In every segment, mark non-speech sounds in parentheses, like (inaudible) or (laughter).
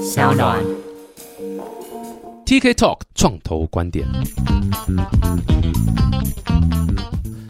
小暖 TK Talk 创投观点。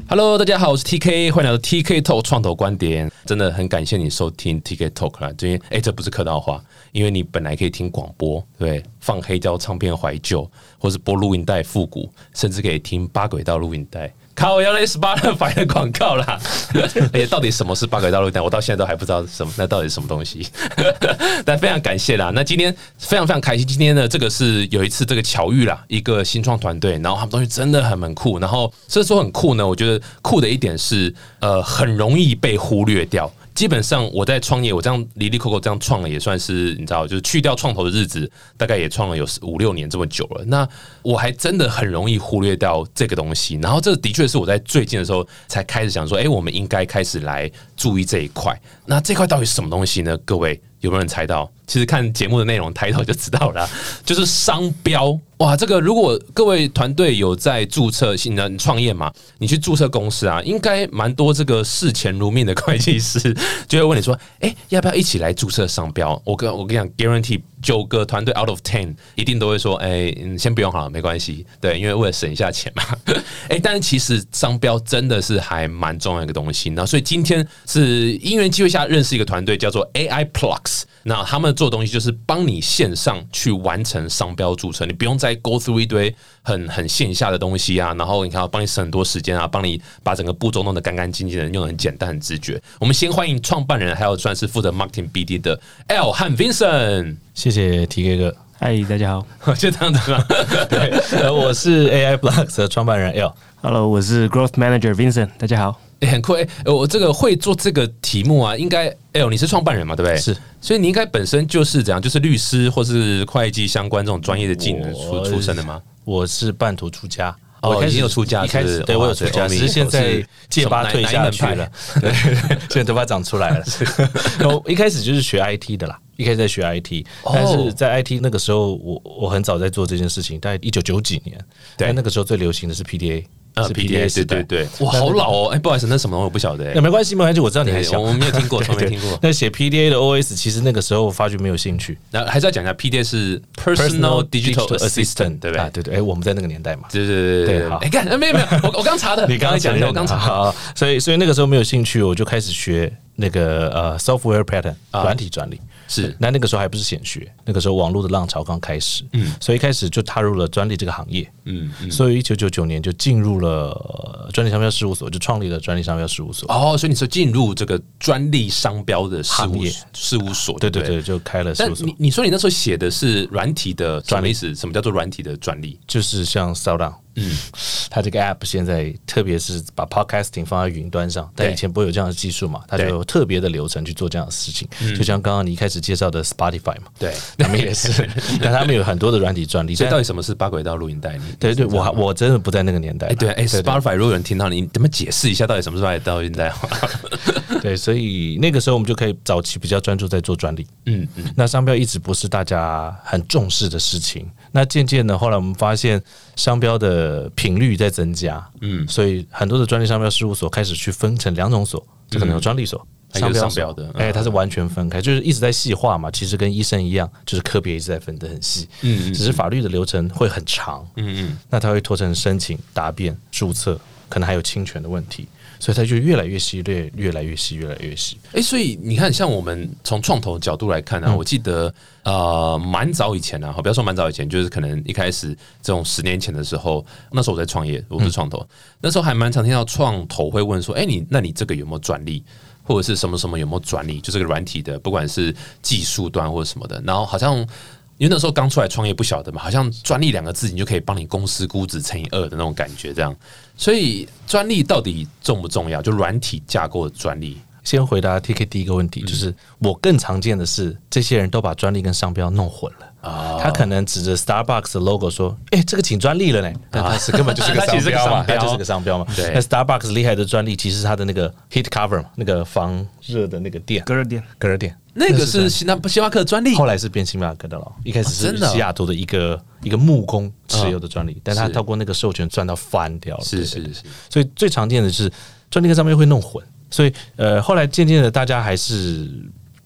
Hello，大家好，我是 TK，欢迎来到 TK Talk 创投观点。真的很感谢你收听 TK Talk 啦，因为哎，这不是客套话，因为你本来可以听广播，对，放黑胶唱片怀旧，或是播录音带复古，甚至可以听八轨道录音带。靠，我要来 Spotify 的广告啦！ (laughs) 而且到底什么是八轨道录音带，我到现在都还不知道什么，那到底是什么东西？ (laughs) 但非常感谢啦。那今天非常非常开心，今天呢，这个是有一次这个巧遇啦，一个新创团队，然后他们东西真的很很酷。然后这说很酷呢，我觉得酷的一点是，呃，很容易被忽略掉。基本上我在创业，我这样离离扣扣这样创了也算是呃你知道，就是去掉创投的日子，大概也创了有五六年这么久了。那我还真的很容易忽略掉这个东西。然后这的确是我在最近的时候才开始想说，哎、我们应该开始来注意这一块。那这块到底是什么东西呢？各位有没有人猜到？其实看节目的内容抬头就知道了啦，啊 (laughs) 就是商标。哇，这个如果各位团队有在注册新的创业嘛，你去注册公司啊，应该蛮多这个视钱如命的会计师就会问你说，哎、要不要一起来注册商标？我跟我跟你讲，guarantee 九个团队 out of ten 一定都会说，哎、嗯，先不用好了，没关系，对，因为为了省一下钱嘛。 (laughs) 哎、但是其实商标真的是还蛮重要一个东西。那所以今天是因缘机会下认识一个团队，叫做 AI Plus。那他们做的东西就是帮你线上去完成商标注册，你不用再 go through 一堆很很线下的东西啊，然后你看要帮你省很多时间啊，帮你把整个步骤弄得干干净净的，用得很简单很直觉。我们先欢迎创办人，还有算是负责 marketing BD 的 L 和 Vincent，谢谢 TK 哥，嗨，大家好 (laughs) 就这样子吗？对，呃，我是 AI Blocks 的创办人 L， ，Hello，我是 Growth Manager Vincent，大家好。欸很酷、欸呃我这个会做这个题目啊，应该 L 你是创办人嘛，对不对？是，所以你应该本身就是怎样，就是律师或是会计相关这种专业的技能出我出身的吗？我是半途出家。哦我一开始你有出家一开是不始是对哇我有出对家，哦只你是现在是戒疤退下去什么哪了， (laughs) (laughs) 对，现在头发长出来了。 (laughs) 然后一开始就是学 IT 的啦，一开始在学 IT，哦但是在 IT 那个时候，我我很早在做这件事情，大概一九九几年，对但那个时候最流行的是 PDA，呃是，PDA 时对代对对，哇，好老哦！哎、不好意思，那什么东西我不晓得、那欸。没关系，没关系，我知道你很对，小。我没有听过，从来没 (laughs) 对听过。那写 PDA 的 OS，其实那个时候我发觉没有兴趣。那还是要讲一下，PDA 是 Personal Digital Assistant，对不啊对？对对，哎，我们在那个年代嘛。对对对对好哎，看，呃没有没有，我我刚查的， (laughs) 你刚刚讲讲一下，的，我刚查。好，好所以所以那个时候没有兴趣，我就开始学那个呃 software pattern 啊软体专利。是那那个时候还不是显学，那个时候网络的浪潮刚开始，嗯，所以一开始就踏入了专利这个行业，嗯，所以一九九九年就进入了呃专利商标事务所，就创立了专利商标事务所。哦，所以你说进入这个专利商标的事行务业事务所，对对对不对，就开了事但务所你，你说你那时候写的是软体的专专利利是什么叫做软体的专利？就是像 s o u d o w 嗯，它这个 app 现在特别是把 podcasting 放在云端上，但对以前不会有这样的技术嘛，它就对嗯有特别的流程去做这样的事情。就像刚刚你一开始介绍的 Spotify 嘛，对他们 (laughs) 也是，但他们有很多的软体专利。所以到但底什么是八轨道录音带？你对对，我还我真的不在那个年代哎了。对哎，Spotify 如果有人听到你，你怎么解释一下到底什么是八轨道录音 (laughs) 带？ (laughs) 对，所以那个时候我们就可以早期比较专注在做专利。嗯嗯，那商标一直不是大家很重视的事情。那渐渐的，后来我们发现商标的频率在增加，嗯，所以很多的专利商标事务所开始去分成两种所，这可能嗯有专利所。还有所商标的哎、它是完全分开，就是一直在细化嘛。其实跟医生一样，就是科别一直在分得很细，嗯只是法律的流程会很长，嗯嗯，那它会拖成申请、答辩、注册，可能还有侵权的问题，所以它就越来越细，越越来越细，越来越细。哎、所以你看，像我们从创投角度来看啊，我记得呃，蛮早以前啊，好不要说蛮早以前，就是可能一开始这种十年前的时候，那时候我在创业，我不是创投，那时候还蛮常听到创投会问说，哎、你那你这个有没有专利？或者是什么什么有没有专利？就这个软体的，不管是技术端或者什么的，然后好像因为那时候刚出来创业不晓得嘛，好像专利两个字你就可以帮你公司估值乘以二的那种感觉，这样。所以专利到底重不重要？就软体架构的专利，先回答 T K 第一个问嗯题，就是我更常见的是，这些人都把专利跟商标弄混了。啊，他可能指着 Starbucks 的 logo 说：“哎、这个请专利了呢。”但 (laughs) 它是根 (laughs) 本就是个它啊其商实是个标嘛商，它标就是个商标嘛。对那 Starbucks 厉害的专利其实是它的那个 heat cover 嘛，那个防热的那个垫隔热垫，隔热垫，那个是星巴星巴克专利。后来是变星巴克的了。一开始啊真是的哦西雅图的一个一个木工持有的专利，但他是透过那个授权赚到翻掉了。是对是是，所以最常见的是专利跟商标会弄混，所以呃，后来渐渐的大家还是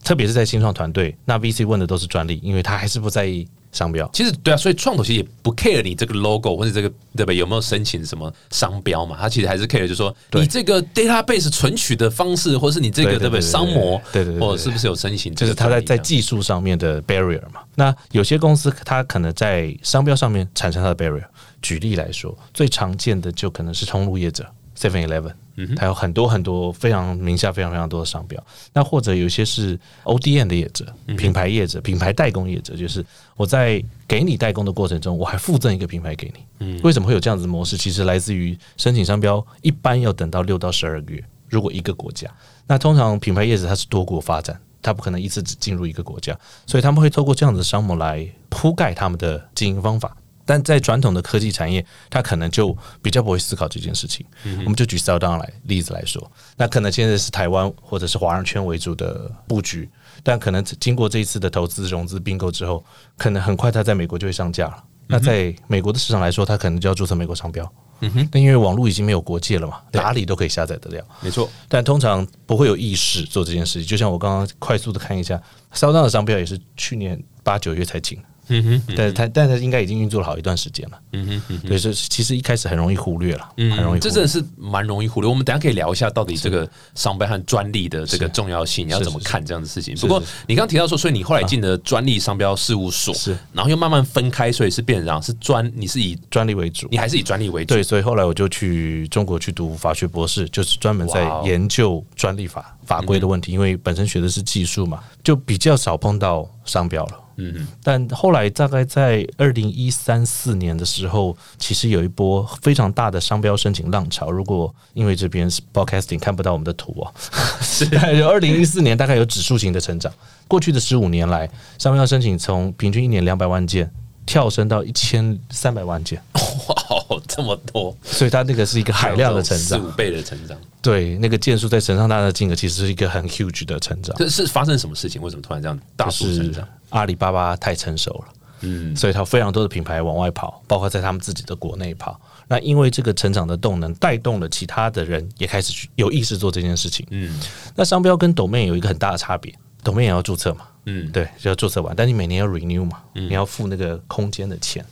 特别是在新创团队，那 VC 问的都是专利，因为他还是不在意商标。其实对啊，所以创投其实也不 care 你这个 logo 或者这个对吧有没有申请什么商标嘛，他其实还是 care 就是说对你这个 database 存取的方式，或是你这个对对对不对对对商模，对对对对哦是不是有申请就这是个他专利啊？在在技术上面的 barrier 嘛。那有些公司它可能在商标上面产生它的 barrier。举例来说，最常见的就可能是通路业者 Seven Eleven，它有很多很多非常名下非常非常多的商标。那或者有些是 ODM 的业者、品牌业者、品牌代工业者，就是我在给你代工的过程中，我还附赠一个品牌给你。为什么会有这样子的模式？其实来自于申请商标一般要等到六到十二个月，如果一个国家。那通常品牌业者它是多国发展，它不可能一次只进入一个国家，所以他们会透过这样子的商模来铺盖他们的经营方法。但在传统的科技产业，它可能就比较不会思考这件事情。我们就举 sell down 来例子来说，那可能现在是台湾或者是华人圈为主的布局，但可能经过这一次的投资融资并购之后，可能很快它在美国就会上架了。那在美国的市场来说，它可能就要注册美国商标。嗯哼，那因为网络已经没有国界了嘛，哪里都可以下载得了。没错，但通常不会有意识做这件事情。就像我刚刚快速的看一下，烧当的商标也是去年八九月才进，嗯哼，但是它但它应该已经运作了好一段时间了。嗯哼，嗯哼。嗯对，所以其实一开始很容易忽略了，很容易忽略。这真的是蛮容易忽略。我们等一下可以聊一下到底这个商标和专利的这个重要性，你要怎么看这样的事情。不过你刚刚提到说，所以你后来进的专利商标事务所，啊是然后又慢慢分开，所以是变成这样，是专你是以专利为主你，还是以专利为主？对，所以后来我就去中国去读法学博士，就是专门在哇哦嗯研究专利法法规的问题，因为本身学的是技术嘛，就比较少碰到商标了。嗯，但后来大概在二零一三四年的时候，其实有一波非常大的商标申请浪潮。如果因为这边是 broadcasting 看不到我们的图 (laughs) 啊，是二零一四年大概有指数型的成长。过去的十五年来，商标申请从平均一年两百万件跳升到一千三百万件， (laughs) 哇，这么多所以它那个是一个海量的成四长。五倍的成长，对，那个件数在乘上它的金额，其实是一个很 huge 的成长。这是发生什么事情？为什么突然这样大就幅成是长？阿里巴巴太成熟了，嗯，所以它有非常多的品牌往外跑，包括在他们自己的国内跑。那因为这个成长的动能，带动了其他的人也开始去有意识做这件事情。嗯那商标跟 domain 有一个很大的差别，domain 也要注册嘛，嗯，对，就要注册完，但你每年要 renew 嘛，你要付那个空间的钱，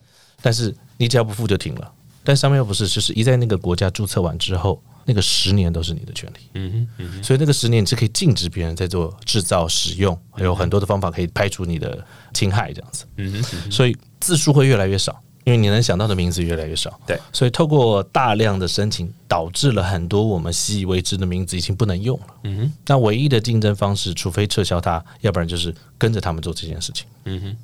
但是你只要不付就停了。但商标不是，就是一在那个国家注册完之后，那个十年都是你的权利。嗯哼，嗯哼，所以那个十年你是可以禁止别人在做制造、使用，还有很多的方法可以排除你的侵害这样子。嗯哼，嗯哼所以字数会越来越少，因为你能想到的名字越来越少。对所以透过大量的申请，导致了很多我们习以为之的名字已经不能用了。嗯哼，那唯一的竞争方式，除非撤销它，要不然就是跟着他们做这件事情。嗯哼。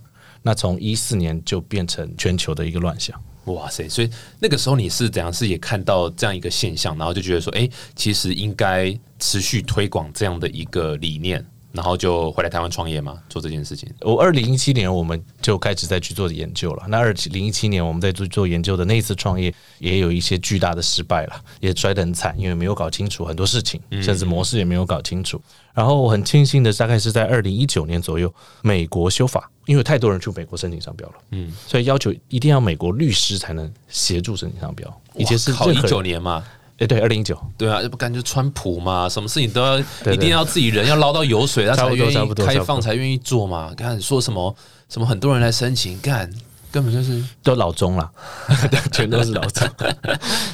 那从一四年就变成全球的一个乱象。哇塞！所以那个时候你是怎样？是也看到这样一个现象，然后就觉得说，哎、其实应该持续推广这样的一个理念，然后就回来台湾创业嘛，做这件事情。我二零一七年我们就开始在去做研究了。那二零一七年我们在做做研究的那一次创业，也有一些巨大的失败了，也摔得很惨，因为没有搞清楚很多事情，嗯甚至模式也没有搞清楚。然后很庆幸的，大概是在二零一九年左右，美国修法，因为太多人去美国申请商标了，嗯，所以要求一定要美国律师才能协助申请商标，以前是考任一何人九年嘛，哎对，二零一九对啊，要不干就川普嘛，什么事情都要对一定要自己人要捞到油水，他差才不多愿差不意多差不多开放，才愿意做嘛。看说什么什么很多人来申请，干根本就是都老中了， (laughs) 全都是老 (laughs) 中，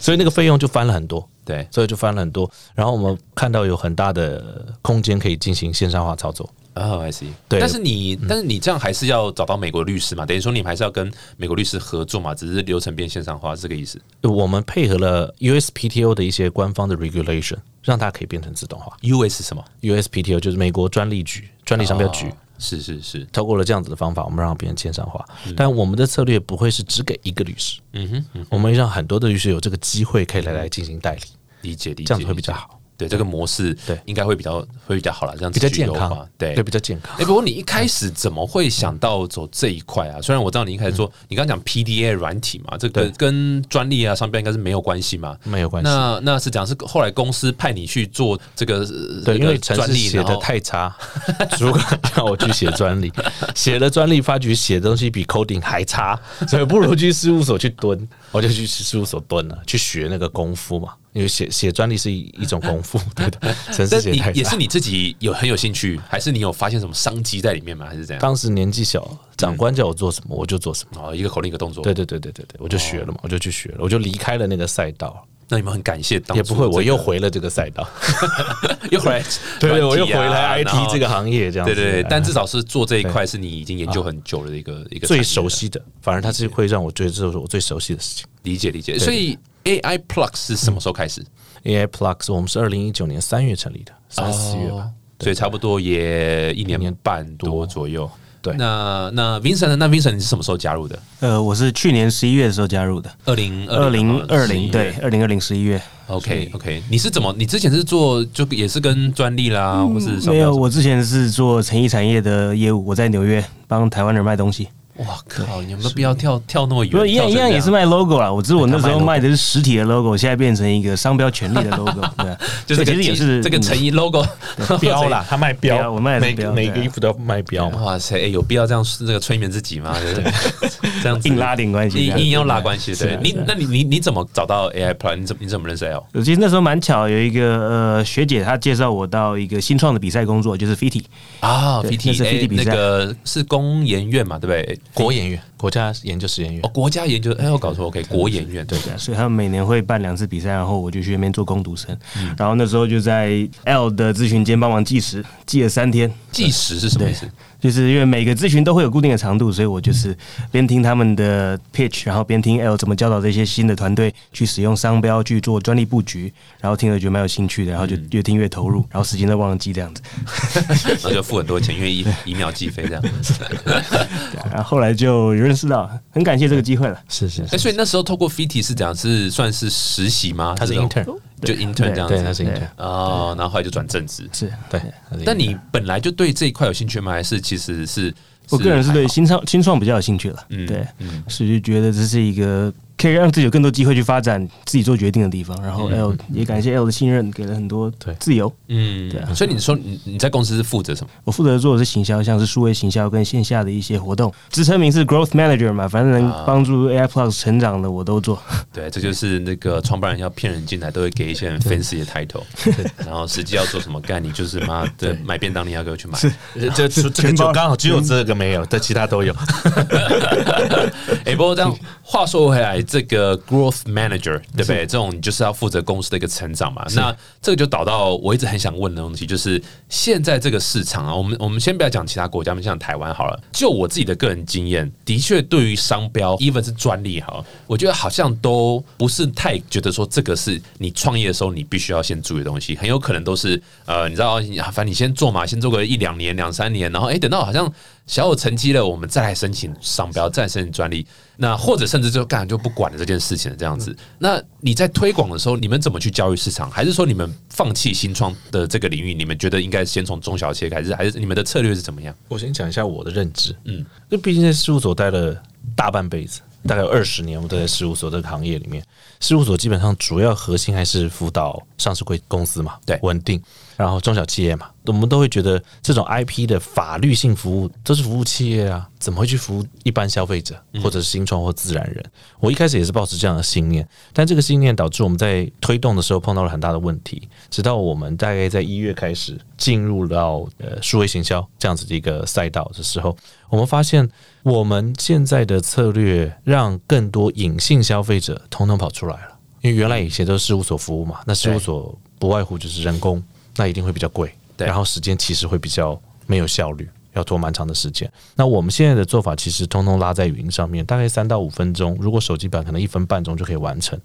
所以那个费用就翻了很多。对，所以就翻了很多。然后我们看到有很大的空间可以进行线上化操作。哦、i see。对嗯但是你，但是你这样还是要找到美国律师嘛？等于说你们还是要跟美国律师合作嘛，只是流程变线上化，是这个意思。我们配合了 USPTO 的一些官方的 regulation，让它可以变成自动化。 U S 什么？ USPTO 就是美国专利局、专利商标局哦，是是是，透过了这样子的方法，我们让它变成线上化。但我们的策略不会是只给一个律师，嗯哼，嗯我们让很多的律师有这个机会可以来来进行代理，理解理解，这样子会比较理解。好，对，这个模式对应该会比较会比较好了，这样比子较去健优化康，对。对，比较健康哎、。不过你一开始怎么会想到走这一块啊？虽然我知道你一开始说，你刚刚讲 PDA 软体嘛，这个嗯对跟专利啊、商标应该是没有关系嘛。没有关系，那那是讲是后来公司派你去做这个呃对，这因个为程专式利写然的后太差， (laughs) 主管让我去写专利，写了专利，发觉写的东西比 coding 还差，所以不如去事务所去蹲，我就去事务所蹲了，去学那个功夫嘛。因为写写专利是一一种功夫， (laughs) 对的，真是但写你太也是大。你自己有很有兴趣，还是你有发现什么商机在里面吗？还是怎样？当时年纪小，嗯长官叫我做什么我就做什么，哦，一个口令一个动作。对，对对对对对，我就学哦了嘛，我就去学了，我就离开了那个赛道，那你们很感谢当初也不会，这我又个回了这个赛 (laughs) 道，，又回来 (laughs) 对对，我又回来来 IT 这个。行业这样对子，啊对对，哎啊但至少是做这一块是你已经研究很久了的一个一个产业最了熟悉的，反而它是会让我觉得这是我最熟悉的事情。理解理解。所以 AI Plus 是什么时候开始？ AI Plus 我们是二零一九年三月成立的，三四月吧哦，，所以差不多也一年半多左右。对那那 Vincent 呢？那 Vincent 你是什么时候加入的？呃，我是去年十一月的时候加入的，二零二零二零对，二零二零十一月。 ，OK OK，你是怎么？你之前是做就也是跟专利啦，或是什么嗯没有，我之前是做成衣产业的业务，我在纽约帮台湾人卖东西，哇靠！你有没有必要跳跳那么远？不过一样跳一成这啊样也是，卖 logo 啦。我只是我那时他卖候 logo 卖的是实体的 logo，现在变成一个商标权利 (laughs) 的 logo，对啊，就所是这以其个实也技是嗯这个成衣。衣 logo (laughs) 标啦，他卖 (laughs) 标，标我卖的是每标个每个对啊衣服都要卖标嘛。哇塞，欸有必要这样这个催眠自己吗？就是 (laughs) 这样子硬拉点关系硬这样硬要拉关系。对啊你是啊，那你你你怎么找到 AI Plus？你怎么你怎么认识 L？我其实那时候蛮巧，有一个呃学姐她介绍我到一个新创的比赛工作，就是 Fitty。啊对，PT 那是啊 PT 欸比赛那个是工研院嘛，对不对？国研院，国家研究实验院哦，，国家研究，哎，我搞错，OK，国研院，对对啊，所以他们每年会办两次比赛，然后我就去那边做攻读生，然后那时候就在 L 的咨询间帮忙计时，计了三天。计时是什么意思？就是因为每个咨询都会有固定的长度，所以我就是边听他们的 pitch，然后边听 L 怎么教导这些新的团队去使用商标去做专利布局，然后听了觉得蛮有兴趣的，然后就越听越投入，然后时间都忘了记这样子。 (laughs) 然后就付很多钱，因为一一秒计费 (laughs) 这样。对啊然后后来就有认识到，很感谢这个机会了。是是哎，所以那时候透过 FIT 是怎样？是算是实习吗？他是这种 intern 就 intern 这样对，他子。是 intern，哦，然后后来就转正职。是对。他是 intern 但你本来就对这一块有兴趣吗？还是其实是？我个人是还对好新创新创比较有兴趣了，对，嗯所以就觉得这是一个可以让自己有更多机会去发展自己做决定的地方。然后 L、也感谢 L 的信任，给了很多对自由。嗯，对啊所以你说你你在公司是负责什么？我负责做的是行销，像是数位行销跟线下的一些活动，职称名是 Growth Manager 嘛，反正啊能帮助 AI Plus 成长的我都做。对，这就是那个创办人要骗人进来，都会给一些很 fancy 的 title，然后实际要做什么干，你就是妈的买便当，你要给我去买。呃这这 (laughs) 这个就刚好只有这个没有，但其他都有。 (laughs) 哎、不过这样话说回来，这个 growth manager 对不对？这种你就是要负责公司的一个成长嘛。那这个就导到我一直很想问的东西，就是现在这个市场啊，我们我们先不要讲其他国家，我们先讲台湾好了。就我自己的个人经验，的确对于商标，even 是专利哈，我觉得好像都不是太觉得说这个是你创业的时候你必须要先注意的东西，很有可能都是呃，你知道，反正你先做嘛，先做个一两年、两三年，然后哎、等到好像小有成绩了，我们再来申请商标，再来申请专利。那或者甚至就干就不管了这件事情了这样子。那你在推广的时候，你们怎么去教育市场？还是说你们放弃新创的这个领域？你们觉得应该先从中小企业开始，还是你们的策略是怎么样？我先讲一下我的认知，嗯嗯，因为毕竟在事务所待了大半辈子，大概有二十年，我都在事务所这个行业里面。事务所基本上主要核心还是辅导上市贵公司嘛，对稳定，然后中小企业嘛，我们都会觉得这种 IP 的法律性服务都是服务企业啊，怎么会去服务一般消费者或者是新创或自然人？我一开始也是抱持这样的信念，但这个信念导致我们在推动的时候碰到了很大的问题，直到我们大概在一月开始进入到呃数位行销这样子的一个赛道的时候，我们发现我们现在的策略让更多隐性消费者统统跑出来了，因为原来以前都是事务所服务嘛，那事务所不外乎就是人工，那一定会比较贵，对然后时间其实会比较没有效率。要拖蛮长的时间。那我们现在的做法其实通通拉在语音上面，大概三到五分钟，如果手机版可能一分半钟就可以完成。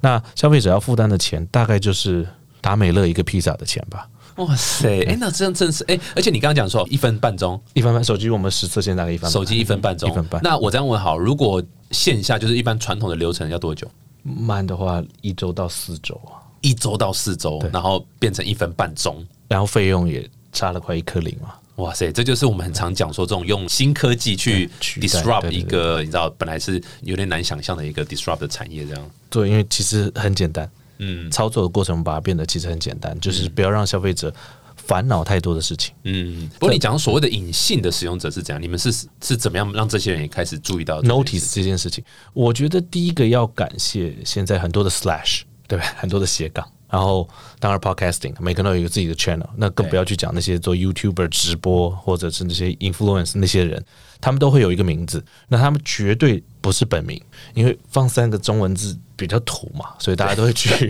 那消费者要负担的钱大概就是达美乐一个披萨的钱吧。哇塞，哎、那这样真是哎、而且你刚刚讲说一分半钟，一分半手机我们实测现在大概一分半，手机一分半钟，一分半那我这样问好，如果线下就是一般传统的流程要多久？慢的话一周到四周啊，一周到四周，然后变成一分半钟。然后费用也差了快一颗零啊嘛。哇塞，这就是我们很常讲说这种用新科技去取代对 disrupt 对一个你知道本来是有点难想象的一个 disrupt 的产业这样。对，因为其实很简单，嗯操作的过程把它变得其实很简单，就是不要让消费者烦恼太多的事情。嗯，不过你讲所谓的隐性的使用者是怎样？你们是是怎么样让这些人也开始注意到这件事 notice 这件事情，我觉得第一个要感谢现在很多的 slash 对吧？ (laughs) 很多的斜杠。然后，当然 podcasting 每个人都有一个自己的 channel，那更不要去讲那些做 YouTuber 直播或者是那些 influence 那些人，他们都会有一个名字，那他们绝对不是本名，因为放三个中文字比较土嘛，所以大家都 (laughs) 会取，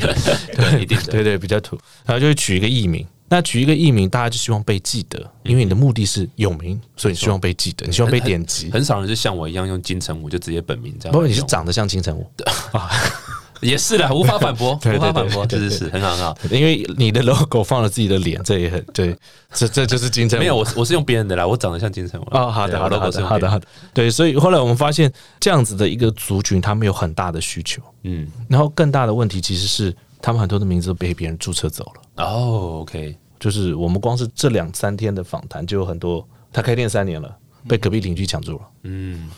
对一定的对对比较土，然后就会取一个艺名。那取一个艺名，大家就希望被记得，因为你的目的是有名，所以你希望被记得，你希望被点击。很少人是像我一样用金城武就直接本名这样来不用。过你是长得像金 (laughs) 城武，啊也是的，无法反驳， (laughs) 对对无法反驳，对是对是是，很好很好。因为你的 logo 放了自己的脸，这也很对，这这就是金城武。没有，我是我是用别人的啦，我长得像金城武哦，好的，对好的，我好 logo 是的，用好别的，人好的。对，所以后来我们发现，这样子的一个族群，他们有很大的需求。嗯，然后更大的问题其实是，他们很多的名字都被别人注册走了。哦，OK，就是我们光是这两三天的访谈，就有很多他开店三年了，被隔壁邻居抢住了，嗯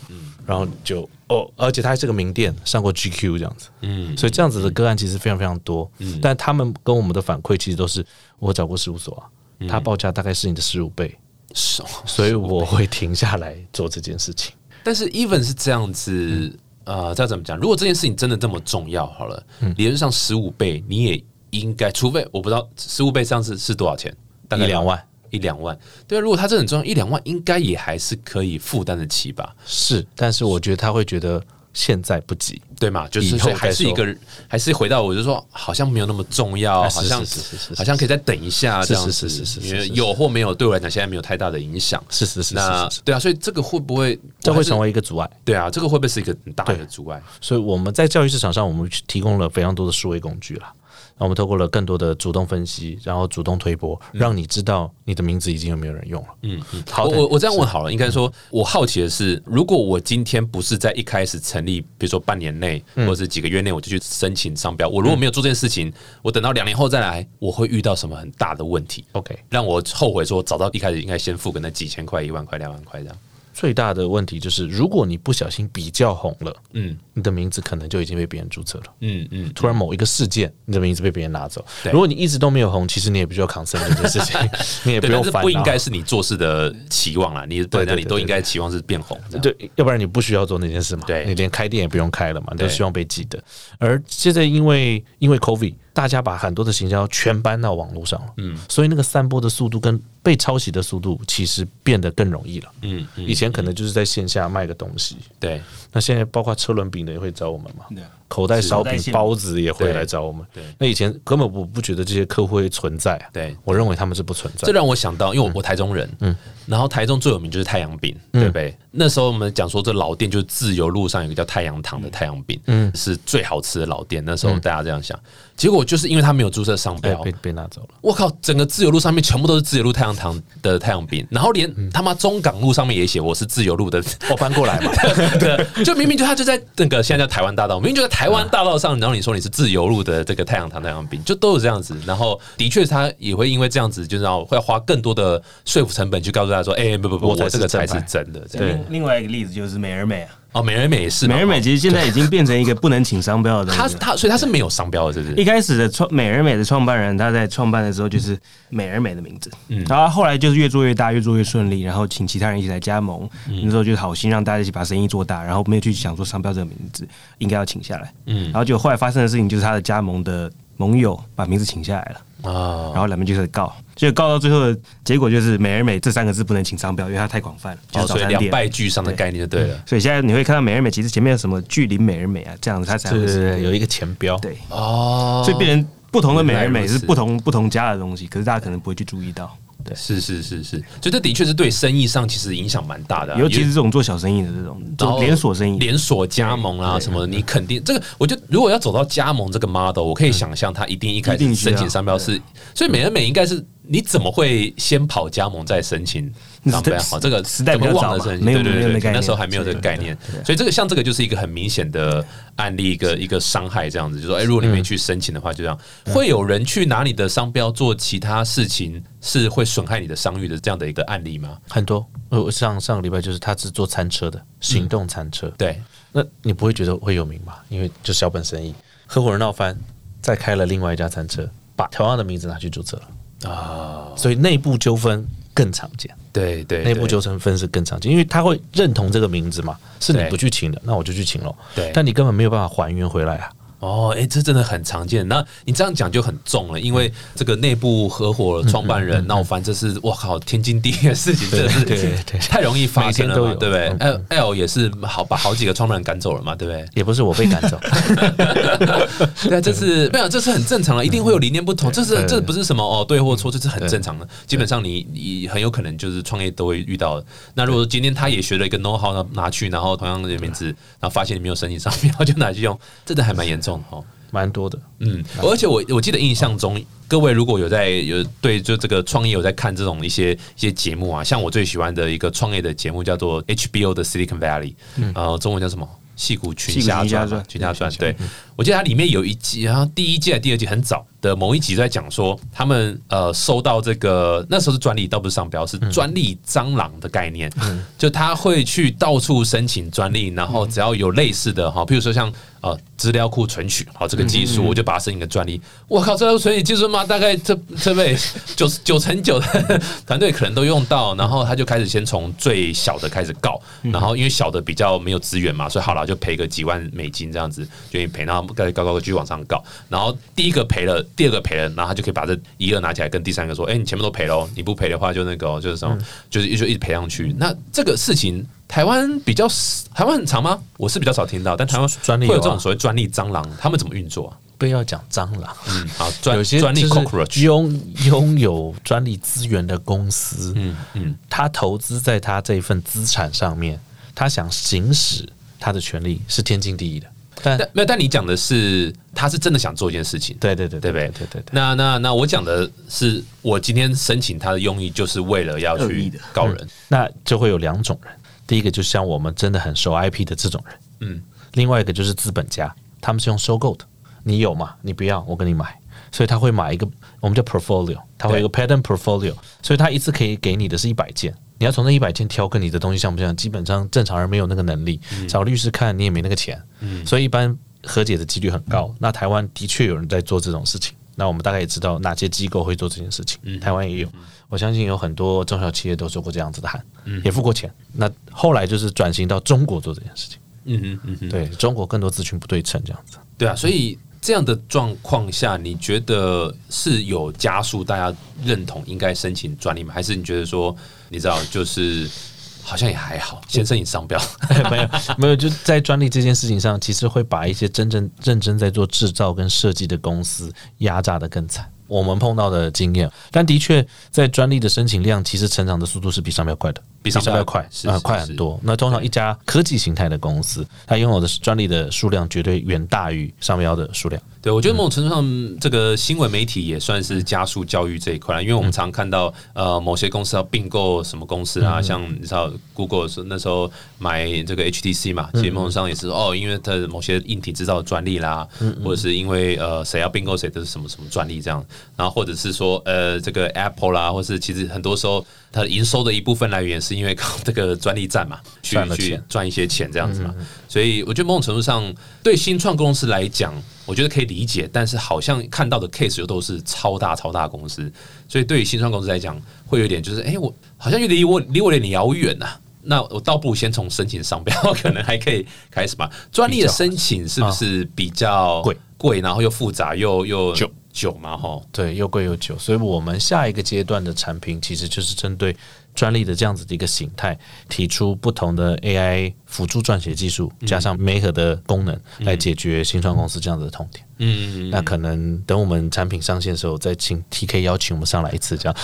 然后就哦，而且他还是个名店，上过 GQ 这样子。嗯，所以这样子的个案其实非常非常多，但他们跟我们的反馈其实都是，我找过事务所啊，嗯他报价大概是你的十五倍，是所以我会停下来做这件事情。但是 even 是这样嗯子，呃，这要怎么讲？如果这件事情真的这么重要，好了，嗯理论上十五倍你也应该，除非我不知道十五倍上次是多少钱，大概一两万，一两万。对啊，如果它真的很重要，一两万应该也还是可以负担得起吧？是，但是我觉得他会觉得现在不急，对嘛？就是以后所以还再是一说个，还是回到我就说，好像没有那么重要，啊是好像是是是是好像可以再等一下是这样子，是是是是因为是有或没有对我来讲现在没有太大的影响。是是是那是是，对啊，所以这个会不会这会成为为一个阻碍。对啊？这个会不会是一个很大的阻碍？所以我们在教育市场上，我们提供了非常多的数位工具啦。然后我们透过了更多的主动分析，然后主动推播，嗯让你知道你的名字已经有没有人用了。嗯嗯，好嗯我歹，我我这样问好了，应该说，我好奇的是，如果我今天不是在一开始成立，比如说半年内嗯或者是几个月内，我就去申请商标，我如果没有做这件事情，我等到两年后再来，我会遇到什么很大的问题， OK，让我后悔说早到一开始应该先付个那几千块、一万块、两万块这样。最大的问题就是，如果你不小心比较红了，嗯你的名字可能就已经被别人注册了。嗯嗯，突然某一个事件，你的名字被别人拿走。对如果你一直都没有红，其实你也不需要 concern 这件事 (laughs) 情，你也不对，用但是烦恼。不应该是你做事的期望啦，你对对那你对都对应该期望是变红这样。对，要不然你不需要做那件事嘛，对你连开店也不用开了嘛，你对都希望被记得。而现在因为因为 COVID，大家把很多的行销全搬到网络上了，嗯，所以那个散播的速度跟被抄袭的速度其实变得更容易了。嗯嗯，以前可能就是在线下卖个东西，对那现在包括车轮饼的也会找我们嘛对，口袋烧饼口袋、馅包子也会来找我们啊对对。那以前根本我不觉得这些客户会存在啊，对我认为他们是不存在这。让我想到，因为我我台中人，嗯，然后台中最有名就是太阳饼，对不对？那时候我们讲说，这老店就是自由路上有一个叫太阳堂的太阳饼，嗯，是最好吃的老店。那时候大家这样想，结果就是因为他没有注册商哎标，被被拿走了，我靠，整个自由路上面全部都是自由路太阳堂的太阳饼，然后连他妈中港路上面也写我是自由路的。我哦搬过 (laughs) 来嘛，对，就明明就他就在那个现在叫台湾大道，明明就在台湾大道上，然后你说你是自由路的这个太阳堂太阳饼，就都有这样子。然后的确他也会因为这样子，就是要会花更多的说服成本去告诉他说，哎、不不不，我才我这个是正才牌是真的。这样另另外一个例子就是美而美啊，哦，美人美也是嘛美而美，其实现在已经变成一个不能请商标的他东西了。他所以他是没有商标的，是不一是？开始的创美而美的创办人，他在创办的时候就是美而美的名字，嗯，然后后来就是越做越大，越做越顺利，然后请其他人一起来加盟，那时候就是好心让大家一起把生意做大，然后没有去想说商标这个名字应该要请下来，嗯，然后结果后来发生的事情就是他的加盟的盟友把名字请下来了，啊然，后两边就是告，结果告到最后的结果就是美而美这三个字不能请商标，因为它太广泛了，就哦，是早所以餐两店。败俱伤的概念就对了。所以现在你会看到美而美，其实前面有什么距离美而美啊，这样子它才对会对是对，有一个前标，对，哦，所以变成不同的美而美原来如是此不同不同家的东西，可是大家可能不会去注意到。对，是是是是，所以这的确是对生意上其实影响蛮大的啊、尤其是这种做小生意的这种然做后连锁生意，连锁加盟啦、什么的，你肯定这个，我就如果要走到加盟这个 model，我可以想象他一定一开一定始是啊申请商标是，所以美而美应该是你怎么会先跑加盟再申请商标？那是好，这个时代怎比么较忘早了嘛申请，没有对对没有对那概对，念那时候还没有这个概念，所以这个像这个就是一个很明显的案例，一个一个伤害这样子，就说哎，如果你没去申请的话，就这样，嗯会有人去拿你的商标做其他事情，是会损害你的商誉的这样的一个案例吗？很多。呃我上上个礼拜就是他是做餐车的，行动餐车。对，那你不会觉得会有名吧？因为就小本生意，合伙人闹翻，再开了另外一家餐车，把同样的名字拿去注册了啊，所以内部纠纷更常见，对对，内部对纠纷分是更常见，因为他会认同这个名字嘛，是你对不去请的，那我就去请喽。对但你根本没有办法还原回来啊。哦，哎、这真的很常见。那你这样讲就很重了，因为这个内部合伙创办嗯人闹翻，这是我靠天经地义的事情，真的 (laughs) 对是对对太容易发生了每天都嘛，有对不对？L L 也是好把好几个创办人赶走了嘛， (laughs) 对不对？也不是我被赶走，对啊，这是没有，这是很正常的，一定会有理念不同，这是对这不是什么哦对或错，这是很正常的。基本上你你很有可能就是创业都会遇到的。那如果今天他也学了一个 know how 拿去，然后同样的名字，然后发现你没有申请上，然后就拿去用，真的还蛮严重哦。蛮多的。嗯，而且我我记得印象中，各位如果有在有对就这个创业有在看这种一些一些节目啊，像我最喜欢的一个创业的节目叫做 HBO 的 Silicon Valley，、呃，中文叫什么？戏骨群侠嗯戏骨群侠传嘛传，群侠传。对，我记得它里面有一集，好像第一季还是第二季很早的某一集在讲说，他们呃收到这个那时候是专利，倒不是商标，是专利蟑螂的概念，就他会去到处申请专利，然后只要有类似的哈，譬如说像呃资料库存取好这个技术，我就把它申请个专利。我靠，资料库存取技术嘛，大概这这辈九九成九的 (laughs) 团队可能都用到，然后他就开始先从最小的开始告，嗯然后因为小的比较没有资源嘛，所以好了就赔个几万美金这样子，就你赔，然后高高高继续往上告，然后第一个赔了，第二个赔了，然后他就可以把这一二拿起来跟第三个说，哎、你前面都赔了哦，你不赔的话就那个、哦、就是什么，嗯就是就一直赔上去。那这个事情。台湾比较台湾很长吗？我是比较少听到，但台湾专利会有有啊这种所谓专利蟑螂，他们怎么运作啊？不要讲蟑螂，嗯，好，专有些专利就是 cockroach，拥拥有专利资源的公司，嗯嗯他投资在他这份资产上面，他想行使他的权利是天经地义的。但但没有，但你讲的是他是真的想做一件事情，对对对对不对对？对对对，那那那我讲的是，我今天申请他的用意就是为了要恶意去的告人，那就会有两种人，第一个就像我们真的很熟 IP 的这种人，嗯，另外一个就是资本家，他们是用收购的，你有嘛？你不要，我跟你买。所以他会买一个，我们叫 portfolio，他会有一个 pattern portfolio，所以他一次可以给你的是一百件，你要从那一百件挑跟你的东西像不像，基本上正常人没有那个能力，找律师看你也没那个钱，所以一般和解的几率很高。那台湾的确有人在做这种事情，那我们大概也知道哪些机构会做这件事情，台湾也有，我相信有很多中小企业都做过这样子的函，也付过钱。那后来就是转型到中国做这件事情。嗯嗯嗯嗯，对中国更多资讯不对称这样子。对啊，所以这样的状况下，你觉得是有加速大家认同应该申请专利吗？还是你觉得说，你知道就是好像也还好，先申请商标， (laughs) 没有没有，就在专利这件事情上，其实会把一些真正认真在做制造跟设计的公司压榨的更惨。我们碰到的经验，但的确在专利的申请量，其实成长的速度是比商标快的，比商标快，啊、是是快是很多。那通常一家科技形态的公司，它拥有的专利的数量绝对远大于商标的数量。对，我觉得嗯某种程度上，这个新闻媒体也算是加速教育这一块啦，因为我嗯们常看到，呃，某些公司要并购什么公司嗯啊，像你知道 Google 是那时候买这个 HTC 嘛，嗯其实某种上也是哦，因为它的某些硬体制造的专利啦，嗯或者是因为呃谁要并购谁的什么什么专利这样，然后或者是说呃这个 Apple 啦，或是其实很多时候它的营收的一部分来源是因为靠这个专利战嘛，去赚了去钱赚一些钱这样子嘛。所以我觉得某种程度上，对新创公司来讲，我觉得可以理解，但是好像看到的 case 又都是超大超大公司，所以对于新创公司来讲，会有点就是，哎、我好像又离我离我有点遥远呐。那我倒不如先从申请商标，可能还可以开始吧。专利的申请是不是比较贵贵，然后又复杂又又久久嘛？哈，对，又贵又久，所以我们下一个阶段的产品其实就是针对专利的这样子的一个形态，提出不同的 AI 辅助撰写技术，加上 Maker 的功能，来解决新创公司这样子的痛点。嗯，那可能等我们产品上线的时候，再请 TK 邀请我们上来一次，这样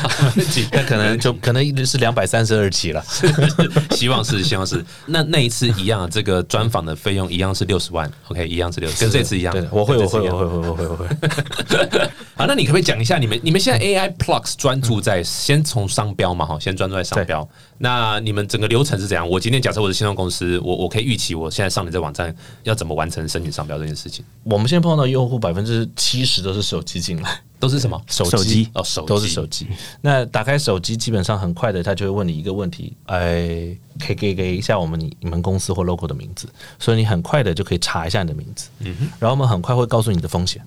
那可能就可能一直是两百三十二期了。希望是，希望是。那那一次一样，这个专访的费用一样是六十万，OK，一样是六，跟这次一样。对，我会，跟这我次会，一样我会，我会，我会，我会。好，那你可不可以讲一下你们你们现在 AI Plus 专注在、先从商标嘛？哈，先专注在商标。那你们整个流程是怎样？我今天假设我是新创公司，我我可以预期我现在上你这网站要怎么完成申请商标这件事情，我们现在碰到用户百分之七十都是手机进来。都是什么？手手机哦手机都是手机。那打开手机，基本上很快的，他就会问你一个问题：哎，可以给给一下我们你你们公司或 logo 的名字，所以你很快的就可以查一下你的名字，然后我们很快会告诉你的风险，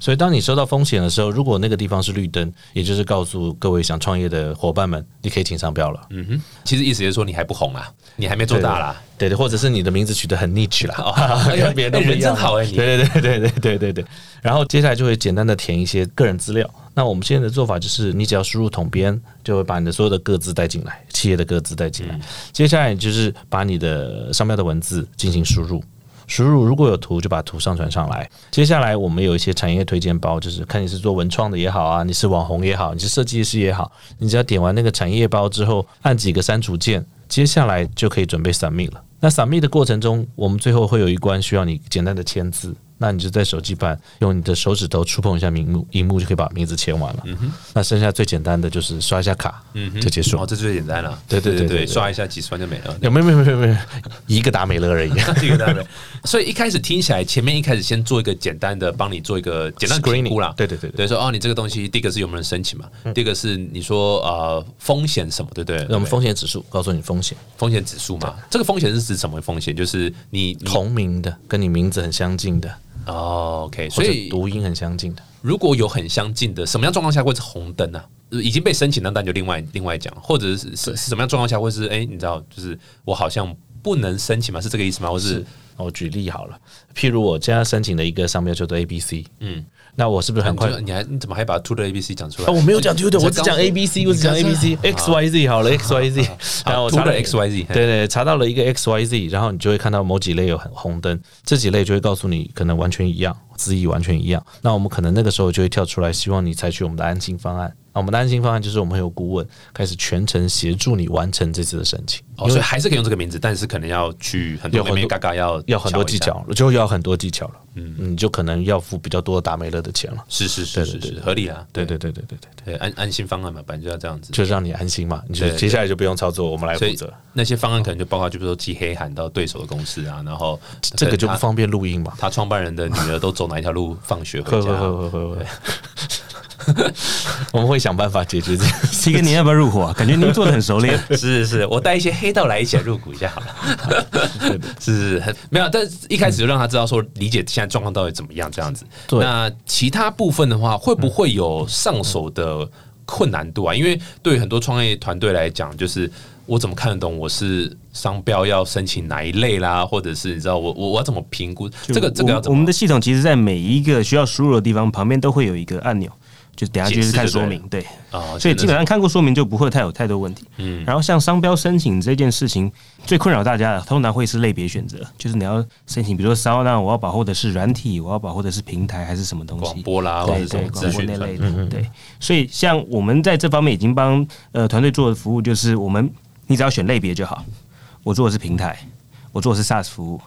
所以当你收到风险的时候，如果那个地方是绿灯，也就是告诉各位想创业的伙伴们，你可以请商标了，嗯哼，其实意思就是说你还不红啦，你还没做大啦，对对，或者是你的名字取得很 niche (laughs) 啦，哦哎呦跟别人都哎不一人真样。好哎你对对对对对对对对。然后接下来就会简单的填一些个人资料。那我们现在的做法就是，你只要输入统编，就会把你的所有的个资带进来，企业的个资带进来。嗯接下来就是把你的商标的文字进行输入。输入如果有图，就把图上传上来。接下来我们有一些产业推荐包，就是看你是做文创的也好啊，你是网红也好，你是设计师也好，你只要点完那个产业包之后，按几个删除键，接下来就可以准备 submit 了。那 submit 的过程中，我们最后会有一关需要你简单的签字。那你就在手机版用你的手指头触碰一下屏幕，荧幕就可以把名字签完了。那剩下最简单的就是刷一下卡，就结束哦，。这最简单了，对对对对对对刷一下几十万就没了。有没有没有没有没有，一个达美乐而已。 (laughs) 这个单位，所以一开始听起来，前面一开始先做一个简单的，帮你做一个简单的评估啦 Screening，。对对对对嗯对，说哦，你这个东西，第一个是有没有人申请嘛？第二个是你说呃风险什么，对不对？那我们风险指数告诉你风险，风险指数嘛，这个风险是指什么风险？就是你你同名的跟你名字很相近的，哦，OK，或所者以读音很相近的。如果有很相近的，什么样状况下会是红灯啊？呃已经被申请，那当然就另外另外讲，或者是是是什么样状况下会是哎、你知道，就是我好像不能申请嘛，是这个意思吗？或是我举例好了，譬如我现在申请了一个商标叫做 A B C，嗯，那我是不是很快？你就你还你怎么还把 to the A B C 讲出来？哦，我没有讲 Tutor，你才我只讲刚 A B C，我只讲你 A 刚啊 B 才 C X Y Z 好了，X Y Z，然啊后我查了 Tutor XYZ 对对，查到了一个 X Y Z，然后你就会看到某几类有很红灯，这几类就会告诉你可能完全一样，字义完全一样。那我们可能那个时候就会跳出来，希望你采取我们的安心方案。啊，我们的安心方案就是我们会有顾问开始全程协助你完成这次的申请，哦，所以还是可以用这个名字，但是可能要去很多有很妹妹多嘎嘎要要很多瞧一技下。巧，就要很多技巧了。嗯，你就可能要付比较多的达美乐的钱了。是是是对是对对是，合理啊，对对对对对对对，对，安安心方案嘛，本来就要这样子。就让你安心嘛，你就对对接下来就不用操作，我们来所负以责。那些方案可能就包括，就是说寄黑函到对手的公司啊，然后这个就不他方便录音嘛。他创办人的女儿都走哪一条路放学回会会家啊？会会会会， (laughs) 我们会想办法解决 (laughs) 这个。 T K，你要不要入伙啊？感觉您做的很熟练。 (laughs) (laughs) 是是是，我带一些黑道来一起来入股一下好了。是是是，没有，但是一开始就让他知道说理解现在状况到底怎么样这样子。对那其他部分的话，会不会有上手的困难度啊？因为对于很多创业团队来讲，就是。我怎么看得懂我是商标要申请哪一类啦，或者是你知道我我我要怎么评估这个这个要我们怎我么们的系统其实，在每一个需要输入的地方旁边都会有一个按钮，就等下就是看说明，对。啊？所以基本上看过说明就不会太有太多问题。嗯，然后像商标申请这件事情，最困扰大家的通常会是类别选择，就是你要申请，比如说骚那我要保护的是软体，我要保护的是平台还是什么东西？广播啦，或者对是什对，么广资播讯嗯那传类的，对。所以像我们在这方面已经帮呃团队做的服务，就是我们你只要选类别就好。我做的是平台，我做的是 SaaS 服务，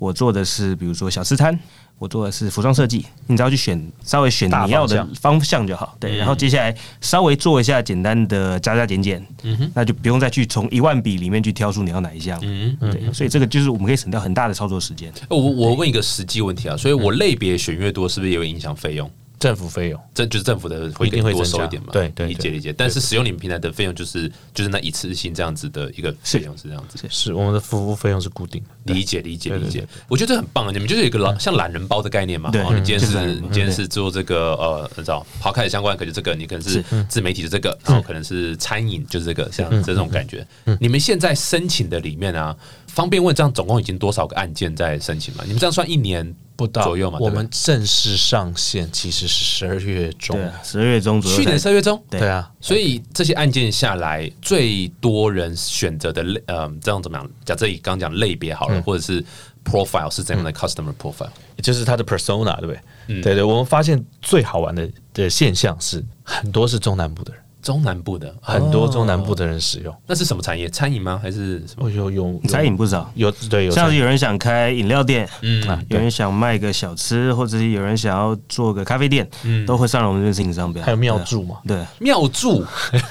我做的是比如说小吃摊，我做的是服装设计。你只要去选稍微选大你要的方方向就好，嗯对。然后接下来稍微做一下简单的加加减减，嗯那就不用再去从一万笔里面去挑出你要哪一项，嗯对。所以这个就是我们可以省掉很大的操作时间。呃我我问一个实际问题啊，所以我嗯类别选越多，是不是也有影响费用？政府费用，这就是政府的会一定会给多增收加一点嘛？对对理解对理解。但是使用你们平台的费用就是就是那一次性这样子的一个费用是这样子，是我们的服务费用是固定的。理解理解对对嗯理解。我觉得这很棒啊，你们就是有一个老像懒人包的概念嘛。对哦，你今天就是是懒人包你今天是做这个呃，你知道抛开相关，可能这个你可能是嗯自媒体的这个，然后可能是餐饮就是这个像这嗯种感觉。你们现在申请的里面啊，方便问这样总共已经多少个案件在申请嘛？你们这样算一年不到左右嘛？对我不对们正式上线其实是十二月中对，，啊十二月中左右才。去年十二月中，对啊对啊，所以这些案件下来，最多人选择的类，呃，这样怎么样？假设以刚刚讲类别好了，嗯或者是 profile 是怎样的 customer profile？就是它的 persona，对不对？对对，我们发现最好玩的的现象是，很多是中南部的人，中南部的很多中南哦部的人使用。那是什么产业？餐饮吗？还是什么？哦，有有餐饮不少，有对有像餐是饮有人想开饮料店，嗯啊有人想卖个小吃，或者是有人想要做个咖啡店，嗯都会上了我们这个申请商标。还有庙祝嘛， (laughs) 对，妙 (laughs) 祝，